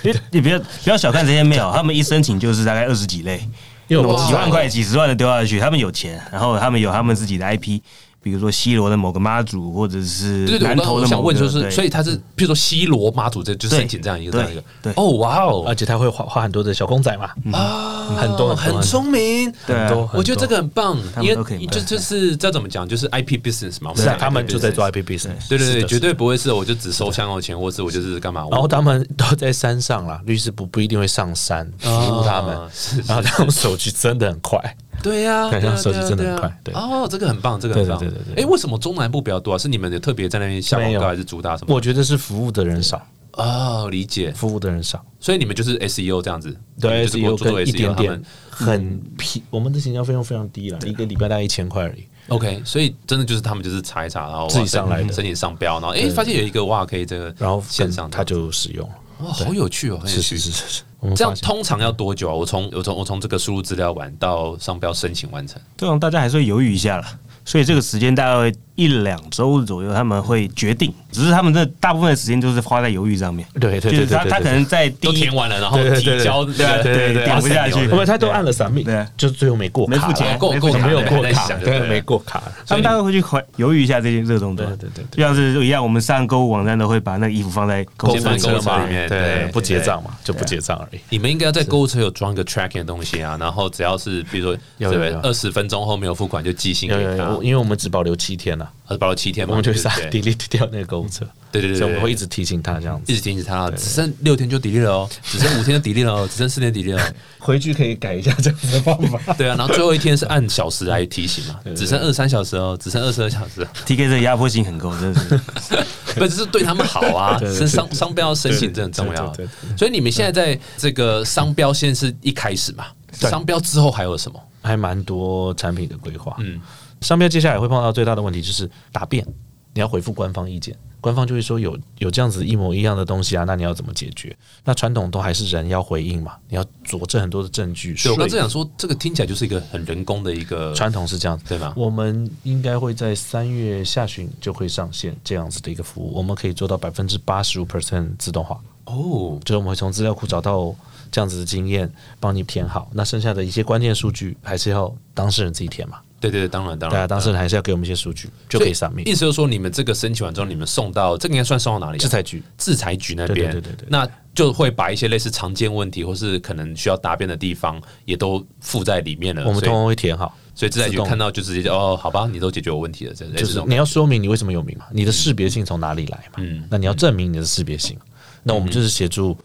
对，你你不要不要小看这些庙，他们一申请就是大概二十几类，因有为我哇几万块、几十万的丢下去，他们有钱，然后他们有他们自己的 IP。比如说西罗的某个妈祖，或者是对对对，我南刚刚投我的想某个，问就是，对所以他是，譬如说西罗妈祖这就对申请这样一个这样一个，对对哦，哇哦而，且他会画画很多的小公仔嘛，啊，很多很很多聪明，对啊很多我觉得这个很棒，他因们都可以为买就就是这怎么讲，就是 IP business 嘛，我们是啊，讲他们 IP 就在做 business IP business，对对对，绝对。对不会是我就只收香油钱，或是我就是干嘛，然啊我后他们都在山上啦，律师不不一定会上山服务他们啊是， (laughs) 然后他们手机真的很快，对 (laughs) 呀，看对啊上手机对啊真的对啊很快对哦，这个很棒，这个很棒，对对对对对哎，为什么中南部比较多啊？是你们有特别在那边下广没有告，还是主打什么？我觉得是服务的人少，哦，理解，服务的人少，所以你们就是 SEO 这样子，对，就是有做做跟一 SEO 点他们啊点很便，我们的行销费用非常低了，一个礼拜大概一千块而已。 OK，所以真的就是他们就是查一查，然后自己上来的申请上标，然后哎、发现有一个哇，可以这个，然后线上他就使用了，哇，好有趣哦，很有是趣是。是是是，我们这样发现通常要多久啊？我从我从我从这个输入资料完到商标申请完成，通常大家还是会犹豫一下了。所以这个时间大概一两周左右，他们会决定。只是他们这大部分的时间就是花在犹豫上面，对对就对是对对他，他对可能在第都一填完了，然后对对对提交对那个对对对点不下去按钮对的不，他都按了三米对，就最后没过卡啦，没付钱够够没付钱没有过还在卡，想对对，对没过卡。他们大概会去怀犹豫一下这件这个动作，对对对就像是一样，我们上购物网站都会把那个衣服放在购先物放车购物车里面对对，不结对账嘛，就不结账而已。你们应该在购物车有装一个 tracking 的东西啊，然后只要是比如说有有有二十分钟后没有付款就寄信给有有他，有，因为我们只保留七天了，还是保留七天嘛，啊我们就会对删不对 delete 掉那个购物车，对对对对所以我们会一直提醒他这样子一。直停止它，只剩六天就 delete 了哦，只剩五天就 delete 了哦，只剩四天 delete 了哦。回去可以改一下这样子的方法。对啊，然后最后一天是按小时来提醒嘛，只剩二三小时哦，只剩二十二小时 (laughs) 哦， TK 这个压迫性很够，真的 (laughs) 是。不这是对他们好啊，对对是商商标申请这很重要啊对对对。所以你们现在在这个商标现在是一开始嘛，对商标之后还有什么？ (laughs) 还蛮多产品的规划，嗯嗯，商标接下来会碰到最大的问题就是答辩，你要回复官方意见，官方就会说有有这样子一模一样的东西啊，那你要怎么解决？那传统都还是人要回应嘛，你要佐证很多的证据。对我刚说才想说，这个听起来就是一个很人工的一个传统是这样子，对吧我们应该会在三月下旬就会上线这样子的一个服务，我们可以做到百分之八十五 percent 自动化，哦，就是我们会从资料库找到这样子的经验，帮你填好。那剩下的一些关键数据还是要当事人自己填嘛，对对对，当然当对啊，然，当事人还是要给我们一些数据，就可以上面意。思就是说，你们这个申请完之后，你们送到这个应该算送到哪里啊？制裁局制裁局那边，对对对对对那就会把一些类似常见问题或是可能需要答辩的地方也都附在里面了。我们所通以常会填好，所以制裁自局动看到就直接就哦，好吧，你都解决我问题了，这类就似这是种你要说明你为什么有名嘛，你的识别性从哪里来嘛，那你要证明你的识别性。那我们就是协助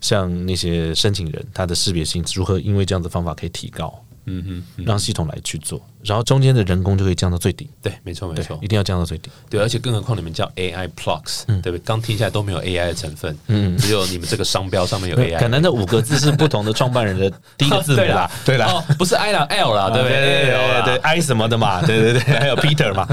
像那些申请人，他的识别性如何因为这样的方法可以提高，嗯哼，让系统来去做，然后中间的人工就可以降到最低，对，没错没对错，一，嗯定要降到最低。对，而且更何况你们叫 AI Plus，对不对？刚听起来都没有 AI 的成分，嗯，只有你们这个商标上面有可 AI。能那五个字是不同的创办人的第一个字母 (laughs) 啦，哎对啦，哦，不是 I 啦，L 啦，对不哎对？L 啦对，I 什么的嘛，对对对，还有 Peter (laughs) 嘛，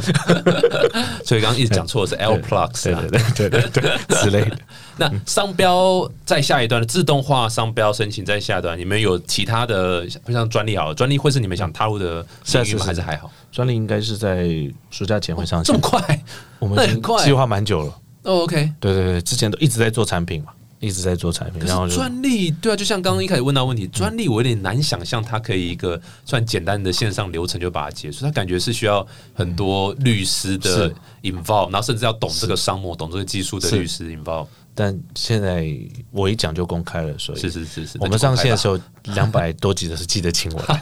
(laughs) 所以刚刚一直讲错的是 L Plus，对啊对对对对对之类的。那商标在下一段自动化商标申请在下一段，你们有其他的像专利好了，专利会是你们想踏入的领域是啊是吗？啊还是还好？专利应该是在暑假前会上这线么，快？我们那已很经快计划蛮久了。哦，OK。对对对，之前都一直在做产品嘛，一直在做产品，可然后是就专利对啊，就像刚刚一开始问到问题，专利我有点难想象它可以一个算简单的线上流程就把它结束，它感觉是需要很多律师的 involve，然后甚至要懂这个商模、懂这个技术的律师 involve。但现在我一讲就公开了，所以是是是是，我们上线的时候 (laughs) 候两百多集的是记得请我来，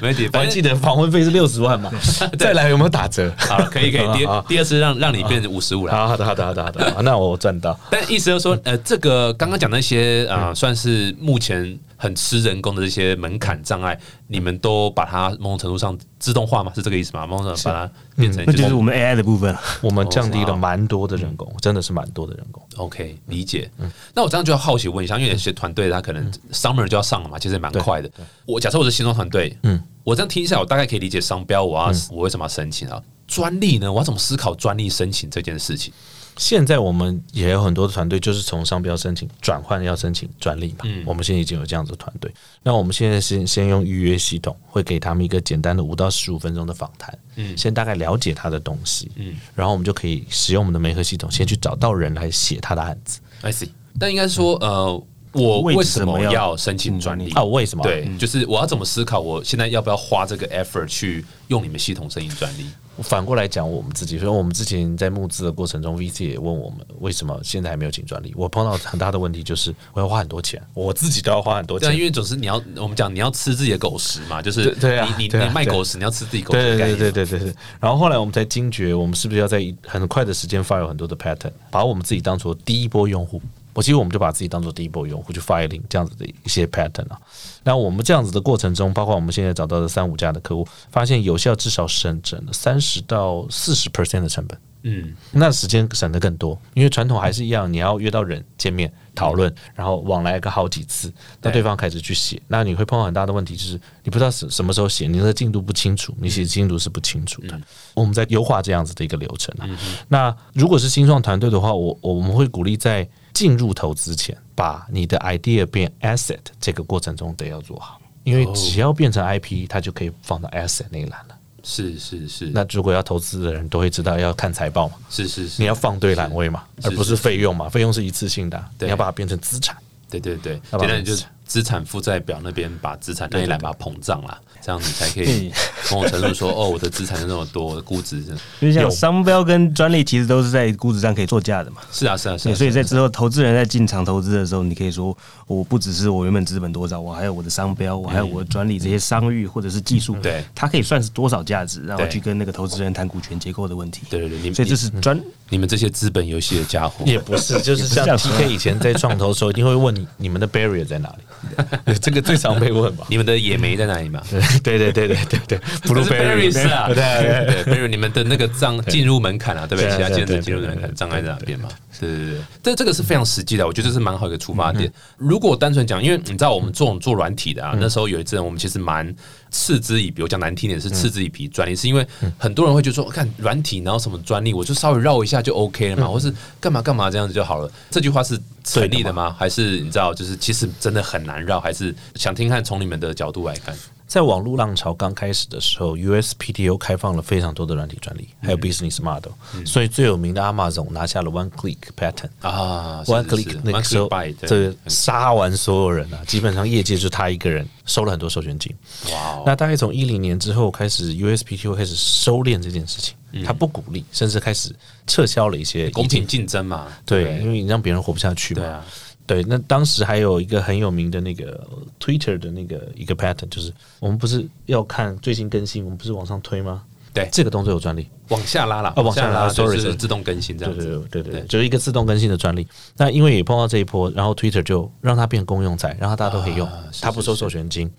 没问题，我反还正记得访问费是六十万 (laughs) 嘛，再来有没有打折？好了，可以可以，第好二好第二次让让你变成五十五了。好好的好的好的好的，好那我赚 (laughs) 到。但意思就是说，呃，这个刚刚讲那些啊、呃，算是目前很吃人工的这些门槛障碍，你们都把它某种程度上自动化嘛，是这个意思吗？某种程度上把它变成那就就是是我们 AI 的部分了。我们降哦低了蛮多的人工，真的是蛮多的人工。 OK 嗯理解。那我这样就要好奇问一下，因为有些团队他可能 summer 就要上了嘛，其实也蛮快的。我假设我是新创团队，嗯，我这样听一下，我大概可以理解商标我要嗯我为什么要申请啊？专利呢？我要怎么思考专利申请这件事情？现在我们也有很多的团队就是从商标申请转换要申请专利嘛，我们现在已经有这样子的团队。那我们现在先先用预约系统，会给他们一个简单的五到十五分钟的访谈，嗯，先大概了解他的东西，嗯，然后我们就可以使用我们的媒合系统，先去找到人来写他的案子。 I see。但应该说，呃，我为为什什么么要要申请专利啊，为嗯什么？对，就是我要怎么思考，我现在要不要花这个 effort 去用你们系统申请专利？反过来讲，我们自己，所以我们之前在募资的过程中，VC 也问我们为什么现在还没有请专利。我碰到很大的问题就是，我要花很多钱，我自己都要花很多对啊，钱因。为总是你要，我们讲你要吃自己的狗食嘛，就是对对啊你你对啊你卖对啊狗食，你要吃自己狗食对的概对念。对对对对。然后后来我们才惊觉，我们是不是要在很快的时间 file 很多的 pattern，把我们自己当做第一波用户。我其实我们就把自己当做第一波用户去 filing 这样子的一些 pattern 啊。那我们这样子的过程中，包括我们现在找到的三五家的客户，发现有效至少省整了三十到四十 percent 的成本。嗯，那时间省得更多，因为传统还是一样，你要约到人见面讨论，然后往来个好几次，那对对方开始去写，那你会碰到很大的问题，就是你不知道什什么时候写，你的进度不清楚，你写进度是不清楚的。我们在优化这样子的一个流程啊。那如果是新创团队的话，我我们会鼓励在进入投资前，把你的 idea 变 asset 这个过程中得要做好，因为只要变成 IP，它就可以放到 asset 那一栏了。是是是，那如果要投资的人都会知道要看财报嘛。是是是，你要放对栏位嘛，是而不是费用嘛，费用是一次性的啊，对你要把它变成资产。对对对，简要把它单点就是吃资产负债表那边把资产那一栏把它膨胀啦，这样你才可以嗯跟我承认说，哦，我的资产是那么多，我的估值是因为像有商标跟专利其实都是在估值上可以作价的嘛。是啊是啊是对，啊，所以是在啊之后，投资人在进场投资的时候，你可以说，哦我不只是我原本资本多少，我还有我的商标，我还有我的专利这些商誉或者是技术，嗯对它可以算是多少价值，然后对去跟那个投资人谈股权结构的问题。对对对，你所以这你是专你们这些资本游戏的家伙，。(laughs) 也不 (laughs) 是，就是像也不是这样 TK 以前在创投的时候，一定会问你你们的 barrier 在哪里， (laughs) 这个最常被问吧你们的野莓在哪里嘛？ (laughs) 对对对对对 (laughs) 对可是，blueberry 是啊，对对对对 b e r r y 你们的那个障进入门槛啊，对不对？对其他对健对身进入门对槛对障碍在哪边嘛？对嗯对对，这这个是非常实际的，我觉得这是蛮好一个出发点。如果单纯讲，因为你知道我们这种做软体的啊，那时候有一阵我们其实蛮嗤之以鼻，我讲难听点是嗤之以鼻专利，是因为很多人会觉得说，看软体然后什么专利，我就稍微绕一下就 OK 了嘛，或是干嘛干嘛这样子就好了。这句话是成嗯立的吗？还是你知道，就是其实真的很难绕？还是想听看从你们的角度来看？在网络浪潮刚开始的时候，USPTO 开放了非常多的软体专利，还有 business model，所以最有名的 Amazon 拿下了 One Click Patent。啊 One Click 那个时候 by，，这个杀完所有人啊，基本上业界就他一个人收了很多授权金。哇哦，那大概从一零年之后开始，USPTO 开始收敛这件事情，他不鼓励，甚至开始撤销了一些嗯公意见平。竞争嘛，对，因对为你让别人活不下去嘛。对啊，对，那当时还有一个很有名的那个 Twitter 的那个一个 pattern，就是我们不是要看最新更新，我们不是往上推吗？对这个动作有专利。往下拉啦，啊往下拉就 sorry，是 sorry 自动更新这对样对子，对对对，对就是一个自动更新的专利。那因为也碰到这一波，然后 Twitter 就让它变公用载，然后大家都可以用啊是，它不是收是授权金。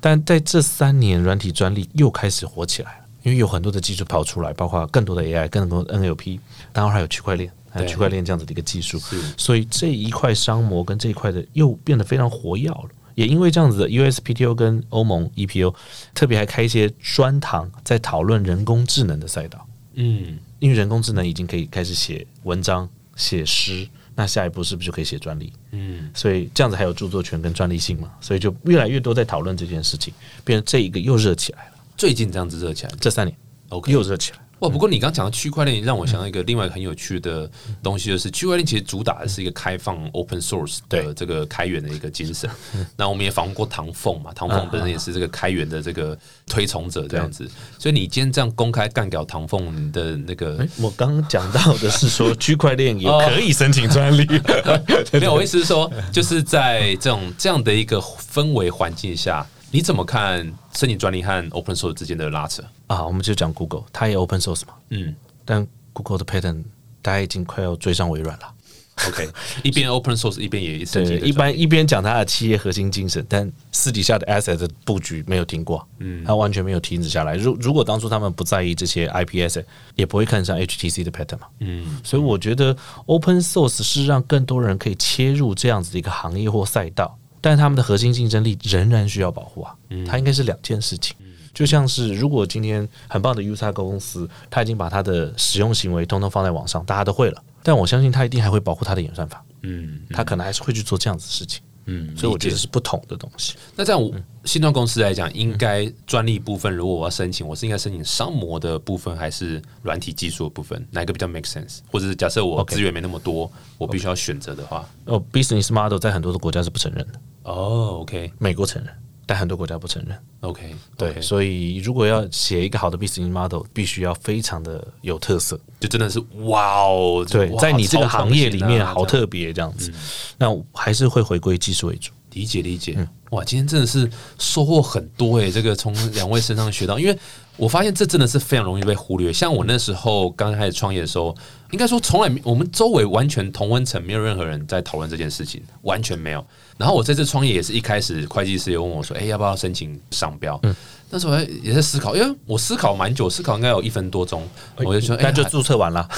但在这三年，软体专利又开始火起来了，因为有很多的技术跑出来，包括更多的 AI、更多的 NLP，然后还有区块链，还有对区块链这样子的一个技术是，所以这一块商模跟这一块的又变得非常活跃了。也因为这样子，USPTO 跟欧盟 EPO 特别还开一些专堂，在讨论人工智能的赛道。嗯，因为人工智能已经可以开始写文章、写诗，那下一步是不是就可以写专利？嗯，所以这样子还有著作权跟专利性嘛，所以就越来越多在讨论这件事情，变成这一个又热起来了。最近这样子热起来这三年 OK 又热起来，哇，不过你刚讲到区块链，让我想到一个另外一个很有趣的东西，就是区块链其实主打的是一个开放 open source 的对这个开源的一个精神。那我们也访问过唐凤嘛，唐嗯凤本身也是这个开源的这个推崇者这样子。所以你今天这样公开干掉唐凤，你的那个诶哎我刚刚讲到的是说区块链也可以申请专 (laughs) 利， (laughs) 没有，我意思是说，就是在这种这样的一个氛围环境下，你怎么看申请专利和 open source 之间的拉扯？啊，我们就讲 Google，它也 open source 嘛，嗯但 Google 的 patent 大家已经快要追上微软了。 (laughs) ，OK，一边 open source 一边也申请对，一个一专利般一边讲他的企业核心精神，但私底下的 asset 的布局没有停过，嗯，他完全没有停止下来。如如果当初他们不在意这些 IP asset，也不会看上 HTC 的 pattern 嘛，嗯，所以我觉得 open source 是让更多人可以切入这样子的一个行业或赛道，但他们的核心竞争力仍然需要保护啊，它应该是两件事情。就像是如果今天很棒的 U x 公司，它已经把它的使用行为通通放在网上，大家都会了，但我相信它一定还会保护它的演算法。嗯，他可能还是会去做这样子的事情。嗯，所以我觉得是不同的东西。那这样我，嗯新创公司来讲，应该专利部分，如果我要申请，我是应该申请商模的部分，还是软体技术的部分？哪一个比较 make sense？或者是假设我 OK 资源没那么多，我必须要选择的话，哦，business model 在很多的国家是不承认的，哦，OK 美国承认，但很多国家不承认。 OK，对，所以如果要写一个好的 business model，必须要非常的有特色。就真的是哇哦，对，哇在你这个行业里面超好创新啊特别这样子，那我还是会回归技术为主。理解理嗯解，哇，今天真的是收获很多诶、这个从两位身上学到，因为我发现这真的是非常容易被忽略。像我那时候刚开始创业的时候，应该说从来没我们周围完全同温层没有任何人在讨论这件事情，完全没嗯有。然后我这次创业也是一开始，会计师也问我说：“哎、要不要申请商标？”嗯那时候也在思考，因为我思考蛮久，思考应该有一分多钟，我就说：“哎、那就还注册完了，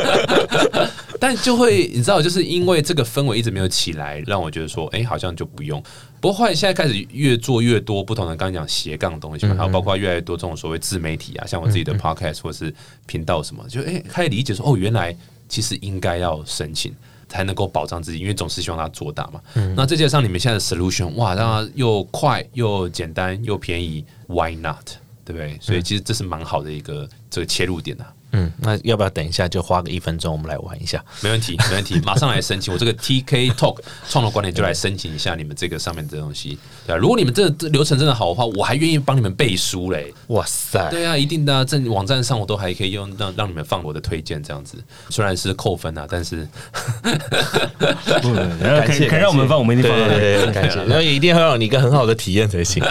(laughs) 但就会你知道，就是因为这个氛围一直没有起来，让我觉得说，哎、好像就不用。不过后来现在开始越做越多不同的，刚刚讲斜杠的东西嘛，还有包括越来越多这种所谓自媒体啊，像我自己的 podcast 或是频道什么，就哎、诶开始理解说，哦，原来其实应该要申请。才能够保障自己，因为总是希望它做大嘛。那再加上你们现在的 solution，哇，让它又快又简单又便宜，Why not？对不对？所以其实这是蛮好的一个这个切入点啊。嗯，那要不要等一下就花个一分钟，我们来玩一下？没问题，没问题，马上来申请。我这个 TK Talk 创投观点就来申请一下你们这个上面的东西，对啊，如果你们真的这流程真的好的话，我还愿意帮你们背书嘞。哇塞，对啊，一定的、啊，在网站上我都还可以用让让你们放我的推荐这样子，虽然是扣分啊，但是 (laughs) (laughs) 可嗯 (laughs) 感谢以可以让我们放，我们一定放到那里。啊对，感谢，那也一定会让你一个很好的体验才行。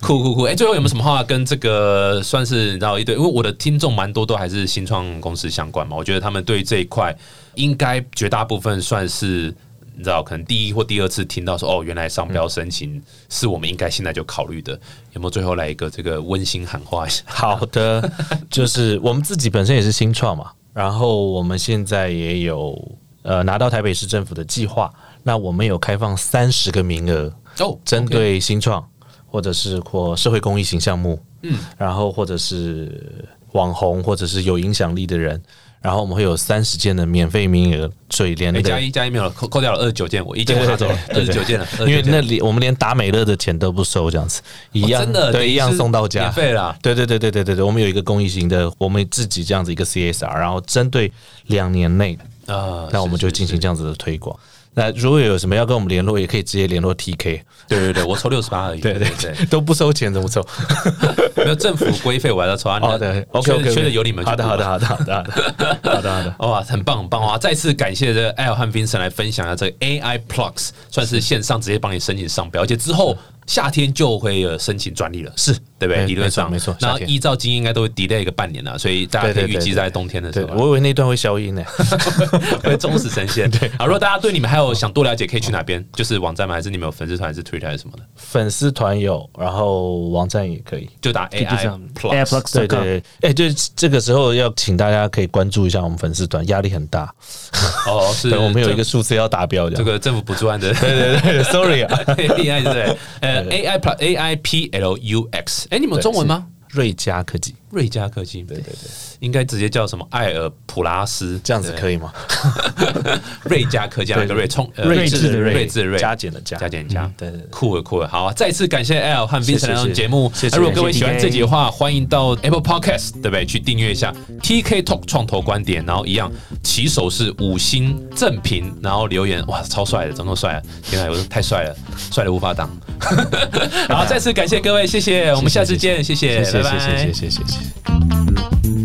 酷酷酷！哎、最后有没有什么话跟这个算是你知道一堆？因为我的听众蛮多都还是新创公司相关嘛，我觉得他们对这一块应该绝大部分算是你知道，可能第一或第二次听到说哦，原来商标申请是我们应该现在就考虑的。有没有最后来一个这个温馨喊 (laughs) 话一下？好的，就是我们自己本身也是新创嘛，然后我们现在也有呃拿到台北市政府的计划，那我们有开放三十个名额，哦，针对新创或者是或社会公益型项目，嗯，然后或者是网红或者是有影响力的人，然后我们会有三十件的免费名额，所以连哎那加个。一加一没有了，扣扣掉了二十九件，我一件拿走了二对十九件了，因为29件那里我们连达美乐的钱都不收，这样子一样、真的对一样送到家，免费啦。对对对对对对对，我们有一个公益型的，我们自己这样子一个 CSR，然后针对两年内，啊，那我们是就进行这样子的推广。那如果有什么要跟我们联络，也可以直接联络 TK，对对对，我抽六十八而已，对对对，都不收钱怎么收？没有政府规费我还要抽啊，哦，对缺，OK OK，缺的有你们就好的补啊好的吧好的好的好的好的好的，哇，很棒很棒哇！再次感谢这个 L 和 Vincent 来分享一下这个 AI Plus，算是线上直接帮你申请商标，而且之后夏天就会有申请专利了，是对不对？哎理论上没错没错然后夏天依照经验应该都会 delay 一个半年啦，所以大家可以对对预对计对在冬天的时对候啊。我以为那段会消音呢，会忠实呈 (laughs) 现。对，好，如果大家对你们还有想多了解，可以去哪边？就是网站吗？还是你们有粉丝团，还是 Twitter 还是什么的？粉丝团有，然后网站也可以。就打就这 AI 样 Plus。 Airplugs 对对对，哎、就是这个时候要请大家可以关注一下我们粉丝团，压力很大，哦，是对，我们有一个政数字要达标这这样。个政府补助案的。 (laughs) 对对对，sorry (laughs) 啊， AI 对不对？呃，AI Plus AI P L U X，哎，你们有中文吗？瑞嘉科技，瑞嘉科技，对对对，应该直接叫什么艾尔普拉斯，这样子可以。以吗？ (laughs) 瑞嘉科技那个瑞冲，呃睿智的睿睿智的睿，加减的加加减加，对对对酷了酷了。好啊，再次感谢 L 和 Vincent 谢来上节目。谢谢那如果各位谢谢喜欢 TK 这集的话，欢迎到 Apple Podcast 对不对？去订阅一下 TK Talk 创投观点，然后一样起手是五星正评，然后留言哇，超帅的，怎么那么帅啊？天啊，我太帅 (laughs) 了，帅的无法挡。好，再次感谢各位，谢谢，我们下次见，谢谢，谢谢拜拜谢谢谢谢谢谢。